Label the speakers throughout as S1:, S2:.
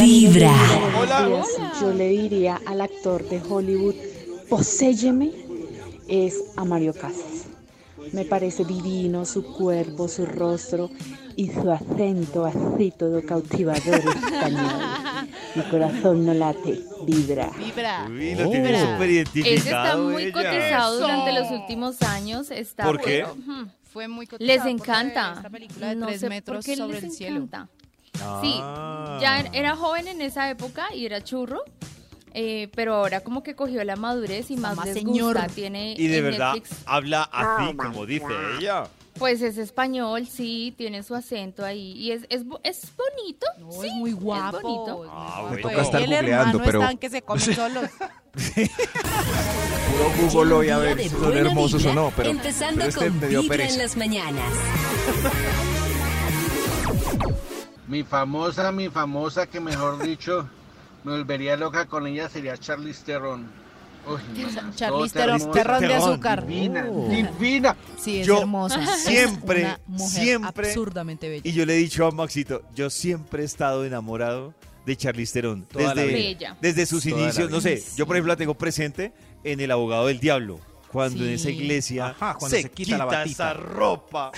S1: Vibra.
S2: Hola.
S3: Yo le diría al actor de Hollywood, poséyeme, es a Mario Casas. Me parece divino su cuerpo, su rostro y su acento así todo cautivador español. Mi corazón no late, vibra.
S4: Vibra.
S2: Uy, lo
S5: Oh.
S2: tiene súper identificado.
S6: Ah. Ese está muy
S2: ella.
S6: cotizado
S4: Eso.
S6: durante los últimos años. Está
S2: ¿Por qué?
S6: bueno, ujú.
S4: Fue muy cotizada
S6: Les
S4: por
S6: encanta.
S4: Esta película de
S6: no
S4: tres
S6: sé por
S4: metros
S6: qué
S4: sobre
S6: les
S4: el cielo.
S6: encanta.
S2: Ah.
S6: Sí, ya er, era joven en esa época y era churro. eh, pero ahora como que cogió la madurez y
S4: Está
S6: más,
S4: más
S6: les
S4: señor.
S6: gusta. Tiene
S2: Y de
S6: en
S2: verdad
S6: Netflix,
S2: habla así como dice ella.
S6: pues es español, sí, tiene su acento ahí. Y es, es, bo- es bonito,
S4: No,
S6: sí.
S4: es muy guapo.
S6: bonito.
S2: Ah,
S4: es
S2: bueno.
S4: muy guapo.
S5: toca estar
S4: Y el
S5: googleando,
S4: hermano
S5: pero-
S4: están que se comen solos.
S5: Puro Google hoy a ver
S1: De
S5: si son
S1: buena
S5: hermosos
S1: vibra,
S5: o no, pero,
S1: Empezando
S5: pero este
S1: con
S5: me dio
S1: Vibra en
S5: pereza.
S1: las mañanas.
S7: Mi famosa, mi famosa, que mejor dicho, me volvería loca con ella sería Charlize Theron. Uy, mamá,
S4: Charlize
S7: toda
S4: Theron,
S7: hermosa,
S4: terrón de
S2: Terrón,
S4: azúcar.
S7: Divina,
S5: Oh.
S7: divina.
S4: Sí, es
S2: Yo
S4: hermosa. Es
S2: siempre,
S4: una mujer
S2: siempre-
S4: absurdamente bella.
S2: Y yo le he dicho a Maxito, yo siempre he estado enamorado de Charlize Theron.
S5: Toda la
S2: desde,
S5: vida.
S6: Bella.
S2: desde sus
S5: Toda la
S2: inicios, no
S5: vida.
S2: sé, yo por ejemplo la tengo presente en El Abogado del Diablo. Cuando en esa
S4: Sí.
S2: iglesia
S5: Ajá, cuando se quita la batita. Oh.
S2: esa ropa.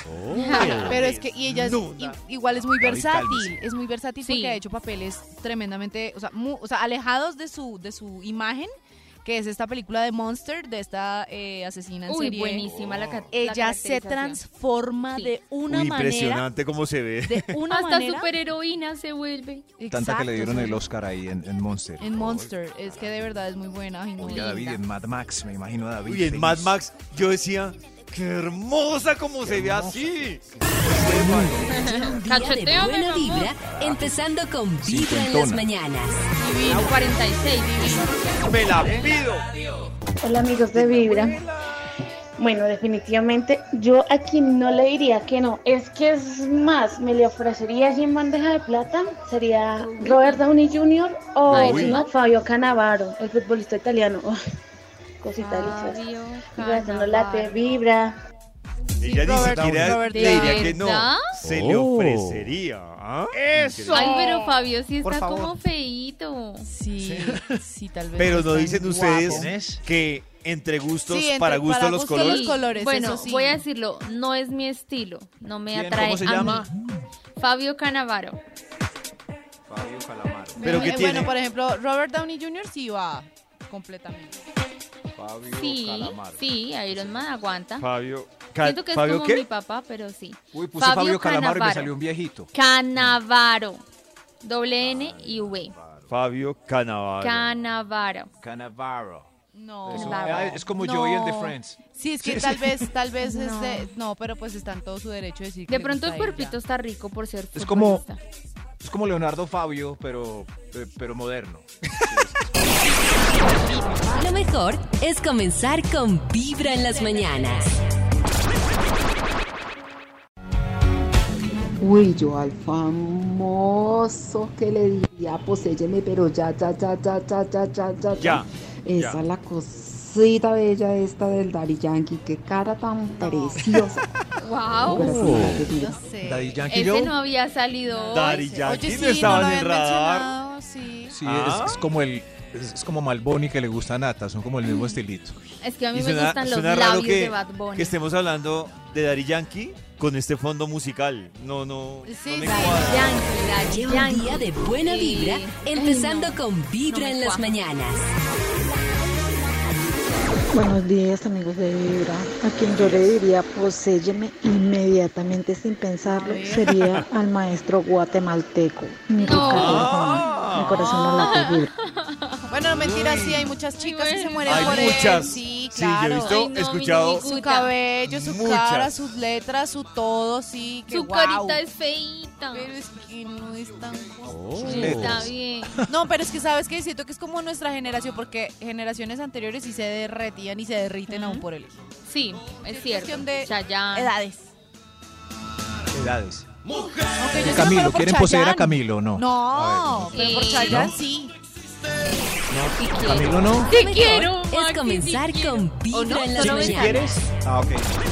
S4: Pero es que y ella es,
S2: Desnuda.
S4: i- igual es muy
S5: Ay,
S4: versátil,
S5: cálmese.
S4: es muy versátil
S6: Sí.
S4: porque ha hecho papeles tremendamente, o sea, mu- o sea, alejados de su de su imagen, que es esta película de Monster, de esta eh, asesina en
S6: Uy,
S4: serie. oh.
S6: buenísima la ca- la
S4: Ella se
S6: caracterización.
S4: transforma
S6: Sí.
S4: de una
S2: Uy,
S4: manera,
S2: impresionante cómo se ve.
S4: de una
S6: Hasta
S4: manera
S6: superheroína se vuelve.
S5: Tanta que le dieron
S4: Exacto,
S5: el Oscar ahí en, en Monster.
S4: En Monster, es que de verdad es muy buena. ay, no,
S5: Oiga, David,
S4: linda.
S5: en Mad Max, me imagino a David.
S2: Uy, en
S5: feliz.
S2: Mad Max yo decía, qué hermosa como se ve así.
S1: Un día de
S6: Cacheteame,
S1: buena
S6: mamá.
S1: vibra. Empezando con Vibra en las
S5: Cincuentona.
S1: mañanas.
S6: Divino, 46, divino.
S2: Me la pido.
S8: Hola amigos de Vibra. Bueno, definitivamente yo a quien no le diría que no, es que es más, me le ofrecería allí en bandeja de plata, sería Robert Downey Jr. o
S6: Ay,
S2: sí.
S8: no, Fabio Canavaro, el futbolista italiano. Ay, cosita deliciosa.
S6: Fabio
S8: Mi corazón no late,
S6: Cannavaro.
S8: Vibra.
S2: Ella ni
S4: Robert,
S2: siquiera
S4: Robert,
S2: le
S6: ¿de
S2: diría que no.
S6: verdad?
S2: Se le
S5: Oh.
S2: ofrecería. ¿ah? Increíble.
S6: Ay, pero Fabio sí
S5: Por
S6: está
S5: favor.
S6: como feíto.
S4: Sí, sí, tal vez.
S2: Pero
S4: es
S2: no
S4: tan
S2: dicen
S4: guapo.
S2: ustedes que entre gustos,
S4: Sí, entre-
S2: para gustos
S4: para
S2: los
S4: gustos
S2: colores.
S4: los colores,
S6: Bueno,
S4: eso sí.
S6: voy a decirlo, no es mi estilo, no me
S5: ¿Quién?
S6: atrae
S5: ¿Cómo se
S6: a
S5: llama?
S6: mí. Fabio Canavaro.
S5: Fabio Calamaro.
S2: ¿Pero
S4: Eh,
S2: qué tiene?
S4: Bueno, por ejemplo, Robert Downey Jr. sí va completamente.
S5: Fabio
S6: Sí,
S5: Calamaro.
S6: sí, Iron Man aguanta.
S2: Fabio. Ca-
S6: Siento que es
S2: ¿Fabio
S6: como
S2: qué?
S6: mi papá, pero sí.
S5: Uy, puse Fabio, Calamaro y me salió un viejito.
S6: Canavaro. Doble N y V.
S2: Fabio Canavaro.
S6: Canavaro.
S5: Canavaro.
S4: No.
S5: Es,
S6: un-
S5: ah, es como yo y el de
S4: No.
S5: Friends.
S4: Sí, es que tal vez, tal vez no. no, pero pues está en todo su derecho de decir que
S6: De
S4: le
S6: pronto
S4: gusta
S6: el
S4: a ella.
S6: cuerpito está rico por ser
S5: Es como-
S6: futbolista.
S5: Es como Leonardo Fabio, pero, eh, pero moderno.
S1: Lo mejor es comenzar con Vibra en las mañanas.
S3: Uy, yo al famoso que le diría, poséyeme, pero ya, ya, ya, ya, ya, ya, ya, ya.
S2: Ya.
S3: Esa
S2: ya.
S3: es la cosita bella esta del Daddy Yankee, qué cara tan preciosa. Mi
S6: ¡Wow!
S3: corazón no late, vibra.
S4: No sé.
S5: Daddy Yankee yo.
S6: Ese no había salido. hoy.
S2: Daddy Yankee
S4: Oye, sí,
S2: no estaba
S4: no lo
S2: en el
S4: habían
S2: radar.
S4: mencionado, sí.
S5: Sí,
S2: Ah.
S5: es, es como el. Es, es como Malboni que le gusta a Nata, son como el mismo estilito.
S6: Es que a mí
S2: Y
S6: me gustan los
S2: suena raro
S6: labios
S2: que,
S6: de Bad Bunny.
S2: que estemos hablando de Daddy Yankee con este fondo musical. No, no.
S4: Sí,
S2: no me
S4: Daddy
S2: cuadra.
S6: Yankee,
S1: Lleva
S6: Daddy
S1: un día
S6: Yankee.
S1: de buena
S6: Sí.
S1: vibra.
S6: Ay,
S1: Empezando
S6: no.
S1: con Vibra
S6: No me
S1: en las
S6: cuaja.
S1: mañanas.
S3: Buenos días amigos de Vibra, a quien yo le diría poséyeme inmediatamente sin pensarlo
S4: A ver.
S3: sería al maestro guatemalteco, mi
S6: No.
S3: Ricardo Arjona.
S2: Ah.
S3: Mi corazón no
S6: Ah,
S3: late, vibra.
S4: Bueno, no, mentira, sí, hay muchas chicas que se mueren
S2: Hay
S4: por él.
S2: muchas.
S4: Sí,
S2: Sí, yo he
S4: claro.
S2: visto,
S6: Ay, no,
S2: he escuchado.
S6: mini-
S4: Su cabello, su
S2: Muchas.
S4: cara, sus letras, su todo, sí. Que
S6: Su
S4: guau.
S6: carita es feíta.
S4: Pero es que no es tan guapo.
S6: Oh. Está bien.
S4: No, pero es que sabes que siento que es como nuestra generación, porque generaciones anteriores sí se derretían y se derriten aún por él.
S6: Sí, es cierto.
S4: cuestión de
S6: Chayanne.
S4: Edades.
S5: Edades.
S4: Aunque yo sí me muero
S5: Camilo,
S4: por
S5: ¿quieren poseer a
S4: Chayanne.
S5: Camilo o no?
S4: No, pero por
S6: Sí.
S4: Chayanne
S5: ¿No?
S4: sí.
S1: Y que
S5: ¿Camilo no?
S6: Te
S1: mejor
S6: quiero,
S1: Es
S6: Maxi,
S1: comenzar
S6: te quiero.
S1: con Vibra
S6: ¿O no?
S1: en las
S6: Solo
S1: mañanas.
S6: ven-
S5: Ah, ok.